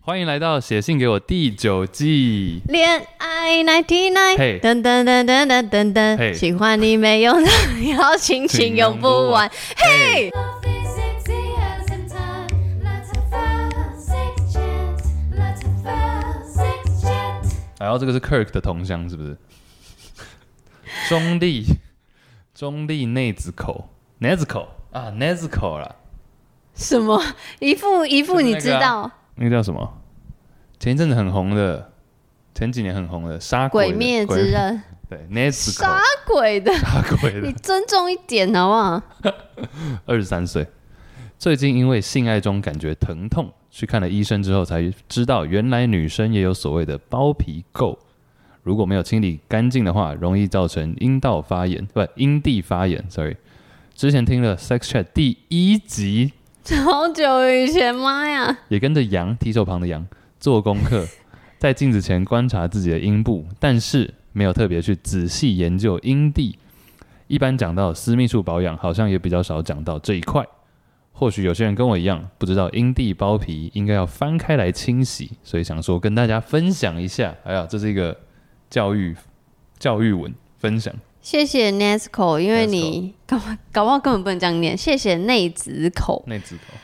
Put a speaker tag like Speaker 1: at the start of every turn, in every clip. Speaker 1: 欢迎来到写信给我第九季。
Speaker 2: 恋爱 ninety nine，
Speaker 1: 嘿
Speaker 2: 噔噔噔噔噔噔
Speaker 1: 嘿
Speaker 2: 噔，喜欢你没有理由，心情用不完。嘿，
Speaker 3: Love is easy as in time. Let's have first six chance. Let's have first six chance.
Speaker 1: 然哎后这个是 Kirk 的同乡，是不 是？中立，中立内子口 n e z c o 啊 n e z c o 啦，
Speaker 2: 什么？一副一
Speaker 1: 就
Speaker 2: 副，
Speaker 1: 是那
Speaker 2: 你
Speaker 1: 个啊
Speaker 2: 知道
Speaker 1: 那个叫什么？前一阵子很红的，前几年很红的《杀
Speaker 2: 《鬼
Speaker 1: 的
Speaker 2: 灭之刃》
Speaker 1: 鬼对 n e z c o
Speaker 2: 杀鬼的，
Speaker 1: 杀鬼
Speaker 2: 你
Speaker 1: 的，
Speaker 2: 尊重一点好不好？
Speaker 1: 二十三岁，最近因为性爱中感觉疼痛，去看了医生之后才知道，原来女生也有所谓的包皮垢，如果没有清理干净的话，容易造成阴道发炎，不，阴蒂发炎。Sorry，之前听了 Sex Chat 第一集，
Speaker 2: 好久以前，妈呀！
Speaker 1: 也跟着羊提手旁的羊做功课，在镜子前观察自己的阴部，但是没有特别去仔细研究阴蒂。一般讲到私密处保养，好像也比较少讲到这一块。或许有些人跟我一样，不知道阴蒂包皮应该要翻开来清洗，所以想说跟大家分享一下。哎呀，这是一个教育教育文分享，
Speaker 2: 谢谢 Nesco，因为你搞搞不好根本不能这样念。谢谢内子口，
Speaker 1: 内子头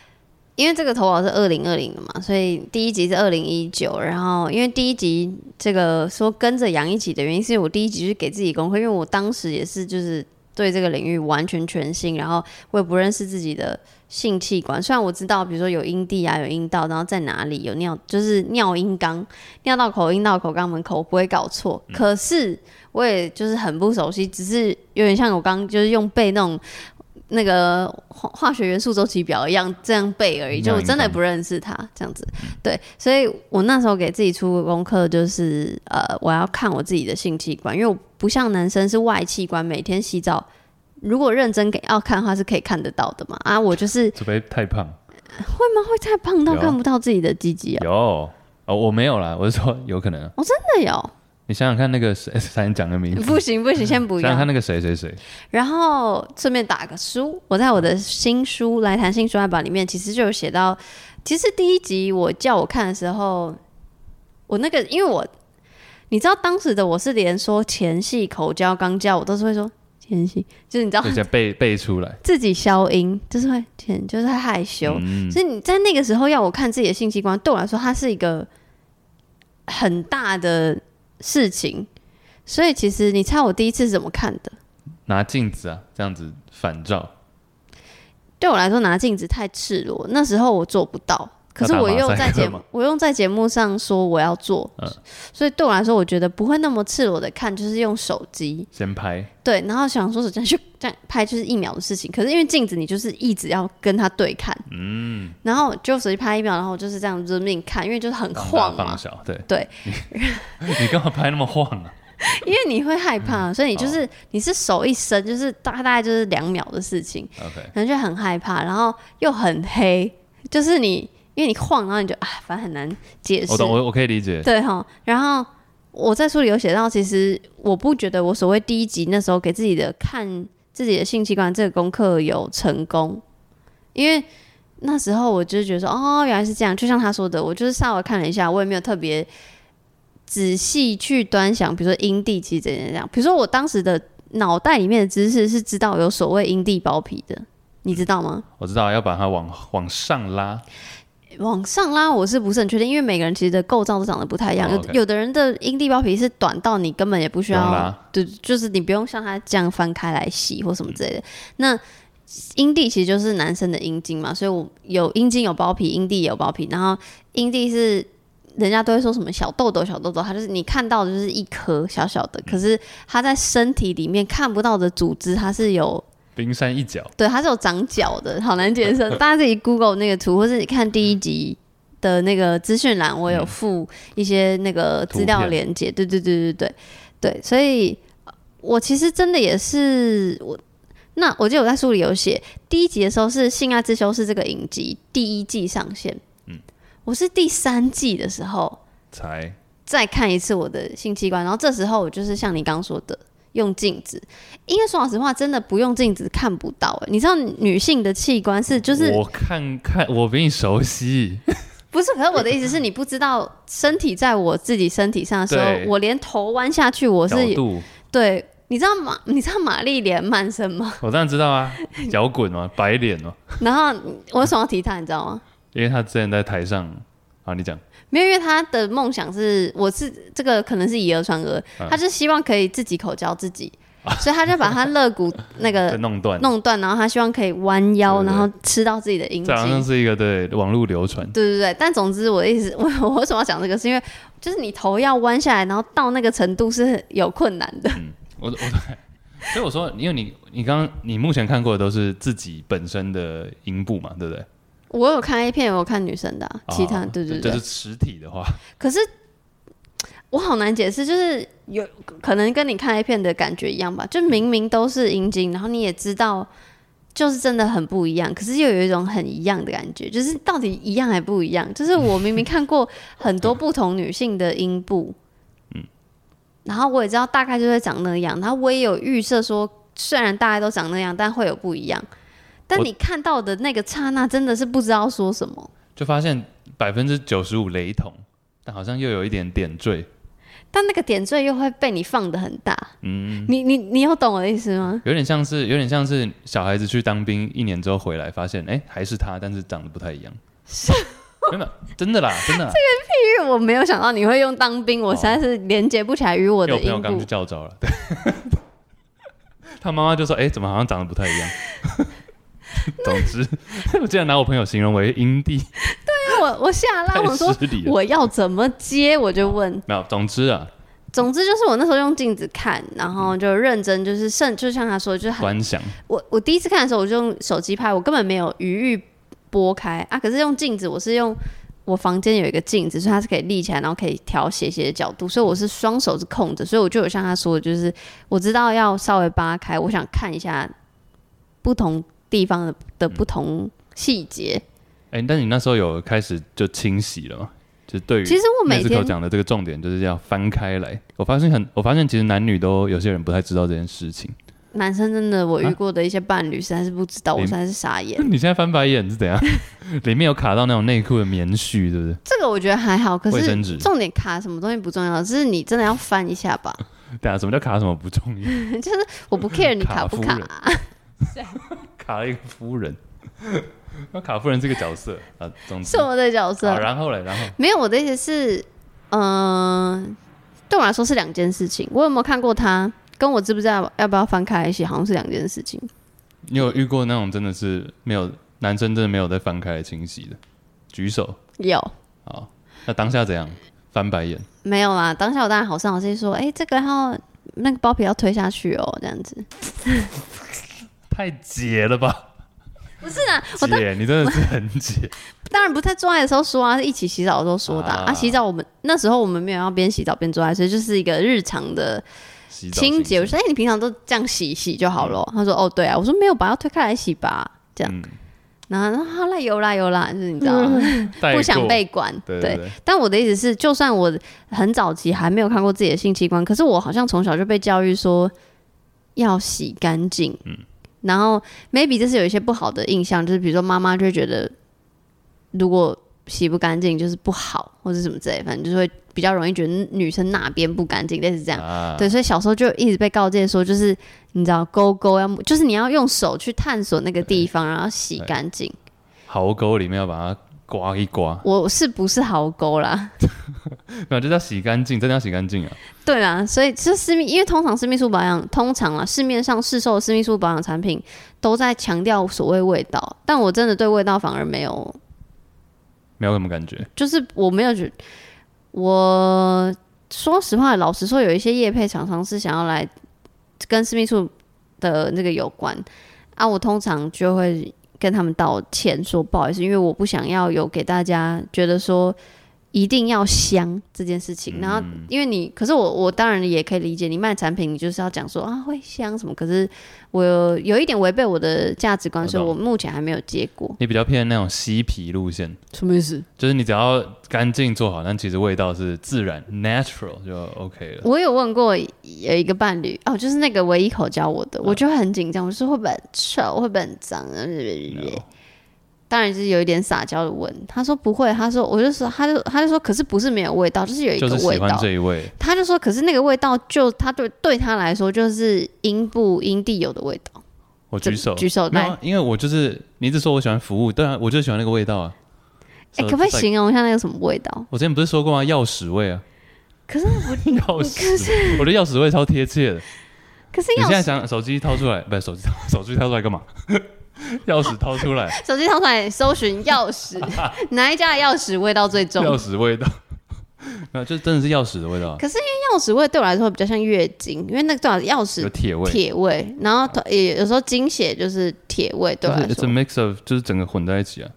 Speaker 2: 因为这个投稿是二零二零的嘛，所以第一集是二零一九。然后因为第一集这个说跟着杨一起的原因，是因为我第一集就是给自己功课，因为我当时也是就是对这个领域完全全新，然后我也不认识自己的性器官。虽然我知道，比如说有阴蒂啊，有阴道，然后在哪里有尿，就是尿阴肛、尿道口、阴道口、肛门口，不会搞错。
Speaker 1: 嗯
Speaker 2: 可是我也就是很不熟悉，只是有点像我刚就是用背那种那个化化学元素周期表一样这样背
Speaker 1: 嗯
Speaker 2: 而已，就我真的不认识它这样子。对，所以我那时候给自己出的功课就是，呃，我要看我自己的性器官，因为我不像男生是外器官，每天洗澡。如果认真给要看的话，是可以看得到的嘛？啊，我就是
Speaker 1: 除非太胖。
Speaker 2: 会吗？会太胖到
Speaker 1: 有啊
Speaker 2: 看不到自己的鸡鸡啊？哦
Speaker 1: 有哦，我没有啦，我是说有可能啊、
Speaker 2: 真 的有？
Speaker 1: 你想想看，那个谁，才讲个名字，
Speaker 2: 不行不行，先不
Speaker 1: 想想
Speaker 2: 要
Speaker 1: 看。那个谁谁 谁，
Speaker 2: 然后顺便打个书，我在我的新书《来谈新书爱吧》里面，其实就有写到，其实第一集我叫我看的时候，我那个因为我，你知道当时的我是连说前戏、口交、肛交，我都是会说前戏，就是你知道
Speaker 1: 等一下背背出来。
Speaker 2: 自己消音，就是会前，就是会害羞。
Speaker 1: 嗯
Speaker 2: 所以你在那个时候要我看自己的性器官，对我来说，它是一个很大的事情。所以其实你猜我第一次是怎么看的？
Speaker 1: 拿镜子啊，这样子反照。
Speaker 2: 对我来说拿镜子太赤裸，那时候我做不到。可是我又
Speaker 1: 要
Speaker 2: 在节
Speaker 1: 打马赛克吗
Speaker 2: 目，我又在节目上说我要做，
Speaker 1: 嗯
Speaker 2: 所以对我来说，我觉得不会那么赤裸的看，就是用手机
Speaker 1: 先拍，
Speaker 2: 对，然后想说手机就这样拍，就是一秒的事情。可是因为镜子，你就是一直要跟它对看，嗯，然后就手机拍一秒，然后我就是这样认命看，因为就是很
Speaker 1: 放大
Speaker 2: 晃
Speaker 1: 放
Speaker 2: 嘛，
Speaker 1: 小，对
Speaker 2: 对。
Speaker 1: 你你干嘛拍那么晃 啊？
Speaker 2: 因为你会害
Speaker 1: 嗯
Speaker 2: 怕，所以你就是、
Speaker 1: 哦
Speaker 2: 你是手一伸，就是大大概就是两秒的事情。
Speaker 1: OK，
Speaker 2: 然后就很害怕，然后又很黑，就是你因为你晃，然后你就啊，反正很难解释
Speaker 1: 我，懂，我我可以理解。
Speaker 2: 对哈。然后我在书里有写到，其实我不觉得我所谓第一集那时候给自己的看自己的性器官这个功课有成功，因为那时候我就是觉得说，哦，原来是这样，就像他说的，我就是稍微看了一下，我也没有特别。仔细去端详，比如说阴蒂其实怎样怎样，比如说我当时的脑袋里面的知识是知道有所谓阴蒂包皮的，你知道吗？
Speaker 1: 我知道要把它往往上拉，
Speaker 2: 往上拉，我是不是很确定？因为每个人其实的构造都长得不太一样，
Speaker 1: 哦
Speaker 2: 有
Speaker 1: OK
Speaker 2: 有的人的阴蒂包皮是短到你根本也不需
Speaker 1: 不用
Speaker 2: 要
Speaker 1: 拉，
Speaker 2: 对，就是你不用像它这样翻开来洗或什么
Speaker 1: 嗯
Speaker 2: 之类的。那阴蒂其实就是男生的阴茎嘛，所以我有阴茎有包皮，阴蒂也有包皮，然后阴蒂是。人家都会说什么小痘痘、小痘痘，它就是你看到的就是一颗小小的，可是它在身体里面看不到的组织，它是有
Speaker 1: 冰山一角。
Speaker 2: 对，它是有长脚的，好难解释。大家自己 Google 那个图，或是你看第一
Speaker 1: 嗯
Speaker 2: 集的那个资讯栏，我有附一些那个资
Speaker 1: 图
Speaker 2: 料
Speaker 1: 片
Speaker 2: 连接。对对对对对对，所以呃我其实真的也是我。那我记得我在书里有写，第一集的时候是《性爱之修》是这个影集第一季上线，嗯，我是第三季的时候
Speaker 1: 才
Speaker 2: 再看一次我的性器官，然后这时候我就是像你刚刚说的，用镜子。因为说老实话，真的不用镜子看不到、欸。你知道女性的器官是就是
Speaker 1: 我看看，我比你熟悉，
Speaker 2: 不不是，可是我的意思是你不知道身体在我自己身体上的时
Speaker 1: 对
Speaker 2: 候，我连头弯下去，我
Speaker 1: 角
Speaker 2: 是
Speaker 1: 度，
Speaker 2: 对，你知道玛， 你知道玛丽莲曼森吗？
Speaker 1: 我当然知道啊，摇滚嘛，白脸嘛，
Speaker 2: 然后我为什么要提他，你知道吗？
Speaker 1: 因为他之前在台上，好，你讲，
Speaker 2: 没有，因为他的梦想是，我是这个可能是以讹传讹，
Speaker 1: 嗯
Speaker 2: 他是希望可以自己口交自己，所以他就把他肋骨那
Speaker 1: 在
Speaker 2: 个
Speaker 1: 弄断，
Speaker 2: 呃弄断，然后他希望可以弯腰，
Speaker 1: 对对
Speaker 2: 然后吃到自己的阴
Speaker 1: 这好像
Speaker 2: 茎。
Speaker 1: 是一个对网络流传，
Speaker 2: 对对对，但总之我的意思， 我我为什么要讲这个？是因为就是你头要弯下来，然后到那个程度是有困难
Speaker 1: 嗯
Speaker 2: 的。
Speaker 1: 我我对，所以我说，因为你你刚刚你目前看过的都是自己本身的音部嘛，对不对？
Speaker 2: 我有看 A 片，我有看女生的啊、其他、
Speaker 1: 哦
Speaker 2: 对对
Speaker 1: 就
Speaker 2: 对
Speaker 1: 就。是实体的话，
Speaker 2: 可是我好难解释，就是有可能跟你看 A 片的感觉一样吧，就明明都是阴茎，然后你也知道就是真的很不一样，可是又有一种很一样的感觉，就是到底一样还不一样？就是我明明看过很多不同女性的阴部，然后我也知道大概就会长那样，然后我也有预设说，虽然大家都长那样，但会有不一样。但
Speaker 1: 我
Speaker 2: 你看到的那个刹那，真的是不知道说什么。
Speaker 1: 就发现百分之九十五雷同，但好像又有一点点缀，
Speaker 2: 但那个点缀又会被你放的很大，嗯，你你你有懂我的意思吗？
Speaker 1: 有点像是有点像是小孩子去当兵一年之后回来，发现哎、还是他，但是长得不太一样。没有没有，真的啦，真的 啦。
Speaker 2: 因为我没有想到你会用当兵，我
Speaker 1: 哦
Speaker 2: 实在是连接不起来与我
Speaker 1: 因为
Speaker 2: 的
Speaker 1: 我朋友
Speaker 2: 音
Speaker 1: 刚
Speaker 2: 部
Speaker 1: 去。教招了， 对，他妈妈就说：“哎、怎么好像长得不太 一样？” 总之， 我竟然拿我朋友形容为阴蒂，
Speaker 2: 因为我我下拉，
Speaker 1: 太
Speaker 2: 我说
Speaker 1: 失礼了。
Speaker 2: 我要怎么接，我就问。
Speaker 1: 没有，总之 啊，
Speaker 2: 总之就是我那时候用镜子看，然后就认真，就是甚就像他说，就是很
Speaker 1: 观想
Speaker 2: 我我第一次看的时候，我就用手机拍，我根本没有余裕拨开啊。可是用镜子，我是用我房间有一个镜子，所以它是可以立起来，然后可以调斜斜的角度，所以我是双手是空着，所以我就有像他说的，就是我知道要稍微扒开，我想看一下不同地方的的
Speaker 1: 嗯
Speaker 2: 不同细节。
Speaker 1: 哎、但你那时候有开始就清洗了吗？就对于
Speaker 2: 其实我每
Speaker 1: 妹子口
Speaker 2: 天
Speaker 1: 讲的这个重点，就是要翻开来。我发现很，我发现其实男女都有些人不太知道这件事 情。
Speaker 2: 男生真的我遇
Speaker 1: 啊
Speaker 2: 过的一些伴侣实在是不知道，我
Speaker 1: 你
Speaker 2: 实在是傻眼。
Speaker 1: 你现在翻白眼是怎样？ 里面有卡到那种内裤的棉絮，对不对？
Speaker 2: 这个我觉得还好，可
Speaker 1: 卫生纸
Speaker 2: 是重点卡什么东西不重要，只是你真的要翻一下 吧。
Speaker 1: 对啊，什么叫卡什么不重要？
Speaker 2: 就是我不 care 你卡不
Speaker 1: 卡夫
Speaker 2: 卡啊
Speaker 1: 人卡了一个夫人， 那卡夫人这个角色啊，总之
Speaker 2: 是，我的角色
Speaker 1: 好，。然后嘞，然后
Speaker 2: 没有，我的意思是，嗯、对我来说是两件事情。我有没有看过他，跟我知不知道要不要翻开来写，好像是两件事情。
Speaker 1: 你有遇过那种真的是没有男生真的没有在翻开来清洗的，举手
Speaker 2: 有
Speaker 1: 好，那当下怎样？翻白眼，
Speaker 2: 没有啦？当下我当然好声好气说，哎、这个要那个包皮要推下去哦，这样子。
Speaker 1: 太解了吧？
Speaker 2: 不是啊，我当
Speaker 1: 姐，你真的是很 解。
Speaker 2: 当然不在做爱的时候说啊，是一起洗澡的时候说的啊。
Speaker 1: 啊
Speaker 2: 啊洗澡我们那时候我们没有要边洗澡边做爱，所以就是一个日常的
Speaker 1: 洗澡
Speaker 2: 清洁。我
Speaker 1: 洗
Speaker 2: 说，哎、你平常都这样洗一洗就好了。他说，哦，对啊。我说没有吧，要推开来洗吧。这样，
Speaker 1: 嗯
Speaker 2: 然后他说好啦，有啦有啦，就是你知 道吗？
Speaker 1: 嗯带
Speaker 2: 不想
Speaker 1: 过
Speaker 2: 被管。
Speaker 1: 对对对，
Speaker 2: 但我的意思是，就算我很早期还没有看过自己的性器官，可是我好像从小就被教育说要洗干净。
Speaker 1: 嗯
Speaker 2: 然后 maybe 这是有一些不好的印象，就是比如说妈妈就会觉得，如果洗不干净就是不好，或者什么之类，反正就是会比较容易觉得女生哪边不干净，类似这样。
Speaker 1: 啊，
Speaker 2: 对，所以小时候就一直被告诫说，就是你知道勾勾要，就是你要用手去探索那个地方，然后洗
Speaker 1: 对
Speaker 2: 干净。
Speaker 1: 壕沟里面要把它刮一刮，
Speaker 2: 我是不是壕沟啦？
Speaker 1: 没有，就是要洗干净，真的要洗干净啊。
Speaker 2: 对啦，所以这私密，因为通常私密处保养，通常啊市面上市售的私密处保养产品都在强调所谓味道，但我真的对味道反而没有，
Speaker 1: 没有什么感觉，
Speaker 2: 就是我没有觉，我说实话，老实说，有一些业配厂商是想要来跟私密处的那个有关啊，我通常就会跟他们道歉说不好意思，因为我不想要有给大家觉得说一定要香这件事情。然后因为你，可是我我当然也可以理解，你卖产品你就是要讲说啊会香什么，可是我有有一点违背我的价值观，
Speaker 1: 我懂
Speaker 2: 所以我目前还没有结果。
Speaker 1: 你比较偏那种嬉皮路线，
Speaker 2: 什么意思？
Speaker 1: 就是你只要干净做好，但其实味道是自然 natural 就 OK 了。
Speaker 2: 我有问过有一个伴侣哦，就是那个
Speaker 1: 嗯
Speaker 2: 唯啊一口教我的，我就很紧张，我说会不会很臭，会不会很脏？
Speaker 1: No
Speaker 2: 当然就是有一点撒娇的问，他说不会，他说我就说，他就他就说，可是不是没有味道，就是有一
Speaker 1: 就
Speaker 2: 个
Speaker 1: 是喜
Speaker 2: 味
Speaker 1: 欢
Speaker 2: 道。
Speaker 1: 这一位，
Speaker 2: 他就说，可是那个味道就他对对他来说就是阴部阴蒂有的味道。
Speaker 1: 我
Speaker 2: 这
Speaker 1: 举手
Speaker 2: 举手
Speaker 1: 没有
Speaker 2: 来
Speaker 1: 啊，因为我就是你一直说我喜欢服务，对啊，我就喜欢那个味道啊。So
Speaker 2: 哎、可不可以
Speaker 1: it's like-
Speaker 2: 形容一下那个什么味道？
Speaker 1: 我之前不是说过吗？钥匙味啊，
Speaker 2: 可是我，
Speaker 1: 钥匙，我觉得钥匙味超贴切的。
Speaker 2: 可是
Speaker 1: 你现在
Speaker 2: 钥匙
Speaker 1: 想手机掏出来，不是手机掏手机掏出来干嘛？ 钥匙掏出来，
Speaker 2: 手机掏出来搜寻 钥匙，哪一家的钥匙味道最重？
Speaker 1: 钥
Speaker 2: 钥
Speaker 1: 匙味道， 没有，就真的是钥匙的味道啊，
Speaker 2: 匙味对我来说比较像月经，因为那个对我来啊说钥
Speaker 1: 有
Speaker 2: 匙
Speaker 1: 铁味。
Speaker 2: 铁味，然后它也有时候经血就是铁味对
Speaker 1: 就
Speaker 2: 我
Speaker 1: 是
Speaker 2: 来
Speaker 1: it's a
Speaker 2: 说。
Speaker 1: mix of，就是整个混在一起啊。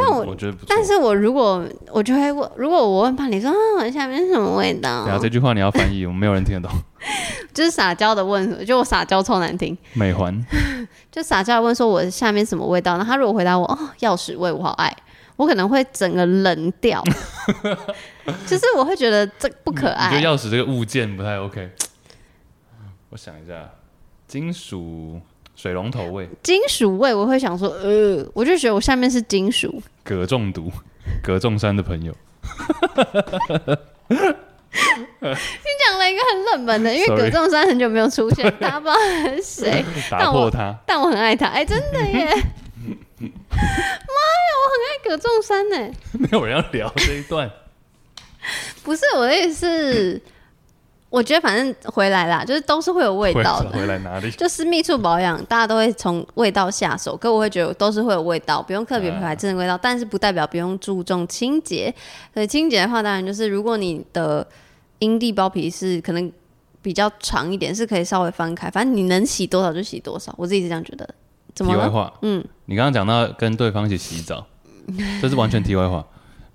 Speaker 2: 但我
Speaker 1: 我觉得不错。
Speaker 2: 但是我如果我就会问，如果我问伴侣说啊，我下面是什么味道
Speaker 1: 等？下这句话你要翻译，我们没有人听 得懂。
Speaker 2: 就是撒娇的问，就我撒娇超难听，
Speaker 1: 美环，
Speaker 2: 就撒娇的问说我下面什么味道？然后他如果回答我哦钥匙味，我好爱，我可能会整个冷 掉，就是我会觉得这不可
Speaker 1: 你觉
Speaker 2: 爱
Speaker 1: 得。钥匙这个物件不太 OK？我想一下，金属水龙头味，
Speaker 2: 金属味我会想说呃，我就觉得我下面是金属，
Speaker 1: 镉中毒，镉中山的朋友
Speaker 2: 讲了一个很冷门的，因为
Speaker 1: Sorry
Speaker 2: 葛仲山很久没有出现，大家不知道他是谁，
Speaker 1: 打破它。
Speaker 2: 但我很爱他，哎、真的耶！妈呀，我很爱葛仲山呢。
Speaker 1: 没有人要聊这一段，
Speaker 2: 不是我的意思是，我觉得反正回来啦，就是都是 会有味
Speaker 1: 回
Speaker 2: 道
Speaker 1: 来
Speaker 2: 的。
Speaker 1: 回来哪里？
Speaker 2: 就是密处保养，大家都会从味道下手，可我会觉得都是会有味道，不用特别
Speaker 1: 啊
Speaker 2: 排真的味道，但是不代表不用注重清洁。所以清洁的话，当然就是如果你的阴蒂包皮是可能比较长一点，是可以稍微翻开，反正你能洗多少就洗多少，我自己是这样觉得。怎么
Speaker 1: 题外
Speaker 2: 了？
Speaker 1: 话，嗯，你刚刚讲到跟对方一起洗澡，这是完全题外 话。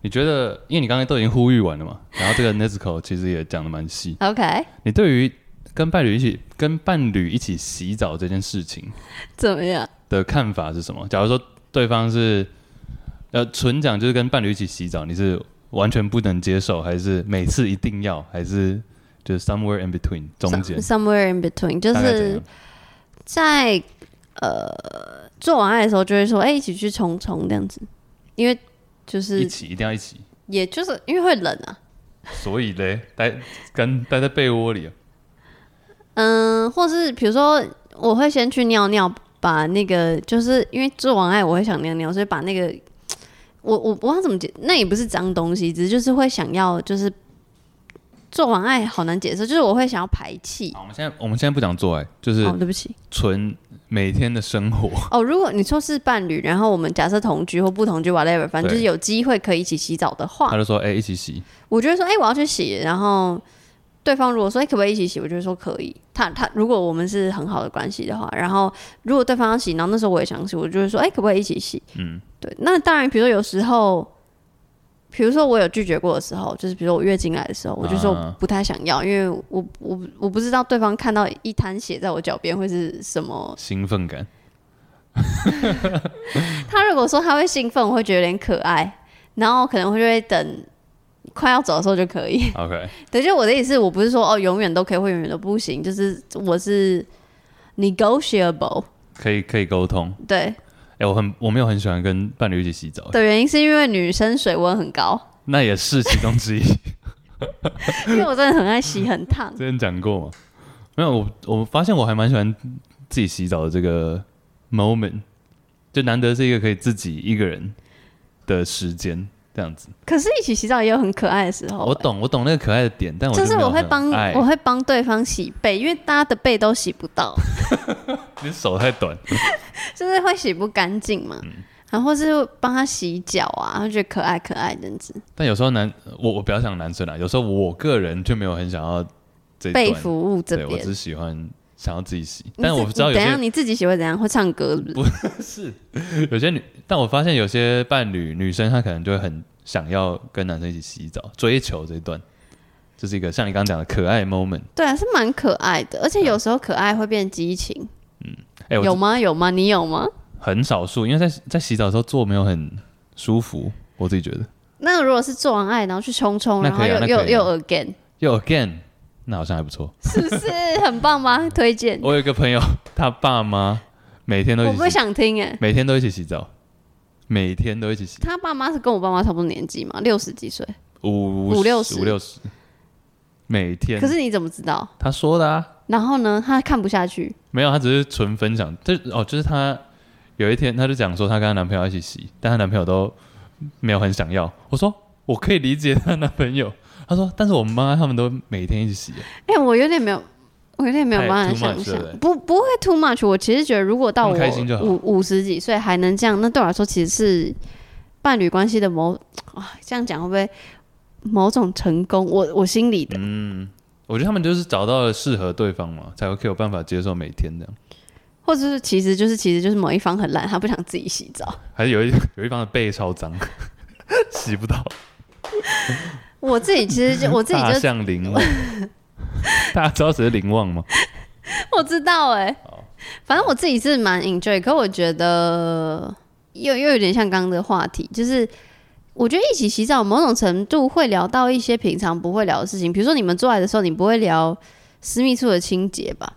Speaker 1: 你觉得，因为你刚才都已经呼吁完了嘛，然后这个 Nesco 其实也讲的蛮细。
Speaker 2: OK，
Speaker 1: 你对于跟伴侣一起跟伴侣一起洗澡这件事情
Speaker 2: 怎么样？
Speaker 1: 的看法是什么？假如说对方是呃纯讲就是跟伴侣一起洗澡，你是完全不能接受，还是每次一定要，还是就是 somewhere in between 中间
Speaker 2: Some- somewhere in between，就
Speaker 1: 大概怎
Speaker 2: 是
Speaker 1: 样？
Speaker 2: 在呃做完爱的时候，就会说，哎、一起去冲冲这样子，因为就
Speaker 1: 一
Speaker 2: 是
Speaker 1: 起一定要一起，
Speaker 2: 也就是因为会冷啊，
Speaker 1: 所以嘞，待跟待在被窝里啊，
Speaker 2: 嗯，或是比如说我会先去尿尿，把那个就是因为做完爱我会想尿尿，所以把那个我我不知道怎么解，那也不是脏东西，只是就是会想要就是做完爱好难解释，就是我会想要排气。
Speaker 1: 好，我们现在我们现在不讲做爱，就是
Speaker 2: 哦，对不起。
Speaker 1: 纯每天的生活。
Speaker 2: 哦，如果你说是伴侣，然后我们假设同居或不同居，whatever，反正就是
Speaker 1: 对
Speaker 2: 有机会可以一起洗澡的话，
Speaker 1: 他就说：“哎、一起洗。
Speaker 2: 我就会说，哎、我要去洗。然后对方如果说，哎、可不可以一起洗？我就会说可以。他他如果我们是很好的关系的话，然后如果对方要洗，然后那时候我也想洗，我就会说，哎、可不可以一起洗？
Speaker 1: 嗯，
Speaker 2: 对。那当然，比如说有时候，比如说我有拒绝过的时候，就是比如说我月经来的时候，我就说我
Speaker 1: 啊
Speaker 2: 不太想要，因为我我我不知道对方看到一滩血在我脚边会是什么。
Speaker 1: 兴奋感。
Speaker 2: 他如果说他会兴奋，我会觉得有点可爱，然后可能会就会等快要走的时候就可以。
Speaker 1: OK，
Speaker 2: 对，就我的意思，我不是说哦，永远都可以，或永远都不行，就是我是 negotiable
Speaker 1: 可以可以沟通。
Speaker 2: 对。
Speaker 1: 哎、我很我没有很喜欢跟伴侣一起洗澡，
Speaker 2: 的原因是因为女生水温很高，
Speaker 1: 那也是其中之一。
Speaker 2: 因为我真的很爱洗，很烫
Speaker 1: 之。前讲过嘛？没有，我我发现我还蛮喜欢自己洗澡的这个 moment，就难得是一个可以自己一个人的时间。”这样子，
Speaker 2: 可是，一起洗澡也有很可爱的时候、
Speaker 1: 我懂，我懂那个可爱的点，但我
Speaker 2: 就是
Speaker 1: 没有
Speaker 2: 我会
Speaker 1: 很
Speaker 2: 帮
Speaker 1: 爱
Speaker 2: 我会帮对方洗背，因为大家的背都洗不 到，
Speaker 1: 你手太短，
Speaker 2: 就是会洗不干净嘛。
Speaker 1: 嗯
Speaker 2: 然后是帮他洗脚啊，他觉得可爱可爱这样子。
Speaker 1: 但有时候男，我我不要讲男生啊啦，有时候我个人就没有很想要这一段
Speaker 2: 被服务这
Speaker 1: 对我
Speaker 2: 边，
Speaker 1: 只喜欢想要自己洗，
Speaker 2: 你
Speaker 1: 但
Speaker 2: 自
Speaker 1: 我知道有
Speaker 2: 你等一下
Speaker 1: 些
Speaker 2: 你自己洗会怎样？会唱歌是不是？
Speaker 1: 是有些女，但我发现有些伴侣女生她可能就会很想要跟男生一起洗澡，追求这一段，这、是一个像你刚刚讲的可爱 moment。
Speaker 2: 对啊，是蛮可爱的，而且有时候可爱会变激情。
Speaker 1: 啊哎、
Speaker 2: 有
Speaker 1: 我
Speaker 2: 吗？有吗？你有吗？
Speaker 1: 很少数，因为在在洗澡的时候坐没有很舒服，我自己觉得。
Speaker 2: 那如果是做完爱然后去冲冲，
Speaker 1: 那
Speaker 2: 然后
Speaker 1: 可以啊
Speaker 2: 又、
Speaker 1: 那可以
Speaker 2: 又
Speaker 1: 啊
Speaker 2: 又 again，
Speaker 1: 又 again，那好像还不错。
Speaker 2: 是不是很棒吗？推荐
Speaker 1: 我有一个朋友，他爸妈每天都一
Speaker 2: 我
Speaker 1: 起
Speaker 2: 不会
Speaker 1: 洗，
Speaker 2: 想听哎、
Speaker 1: 每天都一起洗澡，每天都一起洗，
Speaker 2: 他爸妈是跟我爸妈差不多年纪嘛，六十几岁，
Speaker 1: 五
Speaker 2: 五六十
Speaker 1: 五六十，每天。
Speaker 2: 可是你怎么知道？
Speaker 1: 他说的啊，
Speaker 2: 然后呢，他看不下去，
Speaker 1: 没有，他只是纯分享。这哦，就是他有一天，他就讲说她跟她男朋友一起洗，但她男朋友都没有很想要。我说我可以理解她男朋友。他说，但是我妈他们都每天一起洗，
Speaker 2: 哎、我有点没有，我有点没有
Speaker 1: 太
Speaker 2: 办法
Speaker 1: too
Speaker 2: 想
Speaker 1: much 了
Speaker 2: 象，不不会 too much。我其实觉得，如果到
Speaker 1: 他
Speaker 2: 我
Speaker 1: 们开心就好
Speaker 2: 五五十几岁还能这样，那对我来说其实是伴侣关系的某啊，这样讲会不会某种成功？我我心里的，
Speaker 1: 嗯，我觉得他们就是找到了适合对方嘛，才会有办法接受每天这样。
Speaker 2: 或者是其实就是其实就是某一方很懒，他不想自己洗澡。
Speaker 1: 还是有一 有一方的背超脏， 洗不到，
Speaker 2: 我自己其实就我自己
Speaker 1: 大
Speaker 2: 就
Speaker 1: 象灵旺。 大家知道谁是灵旺吗？
Speaker 2: 我知道哎、反正我自己是蛮 enjoy，可我觉得又又有点像刚刚的话题，就是我觉得一起洗澡某种程度会聊到一些平常不会聊的事情，比如说你们做爱的时候，你不会聊私密处的清洁吧？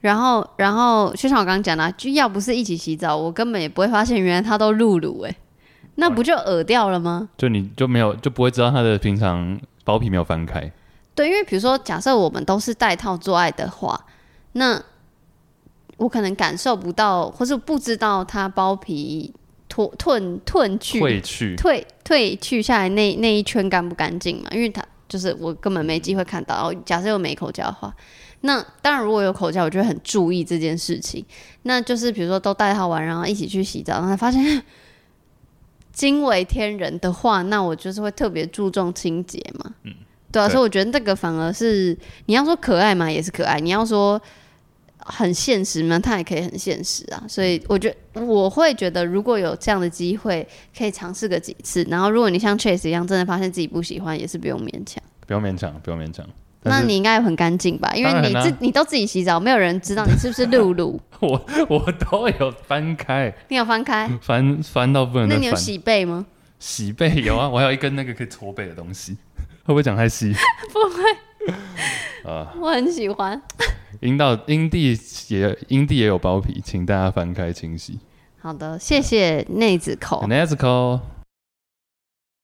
Speaker 2: 然后，然后就像我刚刚讲的啊、就要不是一起洗澡，我根本也不会发现原来他都露乳哎、那不就耳掉了吗？
Speaker 1: 就你就没有就不会知道他的平常包皮没有翻开，
Speaker 2: 对，因为比如说，假设我们都是带套做爱的话，那我可能感受不到，或是不知道它包皮脱褪褪去、
Speaker 1: 会去
Speaker 2: 退退去下来那那一圈干不干净嘛？因为它就是我根本没机会看到。然后假设有没口交的话，那当然如果有口交，我就会很注意这件事情。那就是比如说都带套完，然后一起去洗澡，然后才发现 惊为天人的话，那我就是会特别注重清洁嘛。对啊，
Speaker 1: 嗯对
Speaker 2: 所以我觉得那个反而是你要说可爱嘛，也是可爱；你要说很现实嘛，它也可以很现实啊。所以我觉得我会觉得，如果有这样的机会，可以尝试个几次。然后，如果你像 Chase 一样，真的发现自己不喜欢，也是不用勉强。
Speaker 1: 不用勉强，不用勉强。但
Speaker 2: 那
Speaker 1: 是
Speaker 2: 你应该很干净吧？因
Speaker 1: 当
Speaker 2: 为
Speaker 1: 然
Speaker 2: 你
Speaker 1: 啦
Speaker 2: 自、你都自己洗澡，没有人知道你是不是露露。
Speaker 1: 我 我都有翻开，
Speaker 2: 你有 翻开？
Speaker 1: 翻翻到不能
Speaker 2: 那
Speaker 1: 再
Speaker 2: 你有
Speaker 1: 翻。
Speaker 2: 洗背吗？
Speaker 1: 洗背有啊，我还有一根那个可以搓背的东西， 会不会讲太细？啊
Speaker 2: 我很喜欢。
Speaker 1: 阴道阴蒂也阴蒂也有包皮，请大家翻开清洗。
Speaker 2: 好的，谢谢内子口。
Speaker 1: Nesco，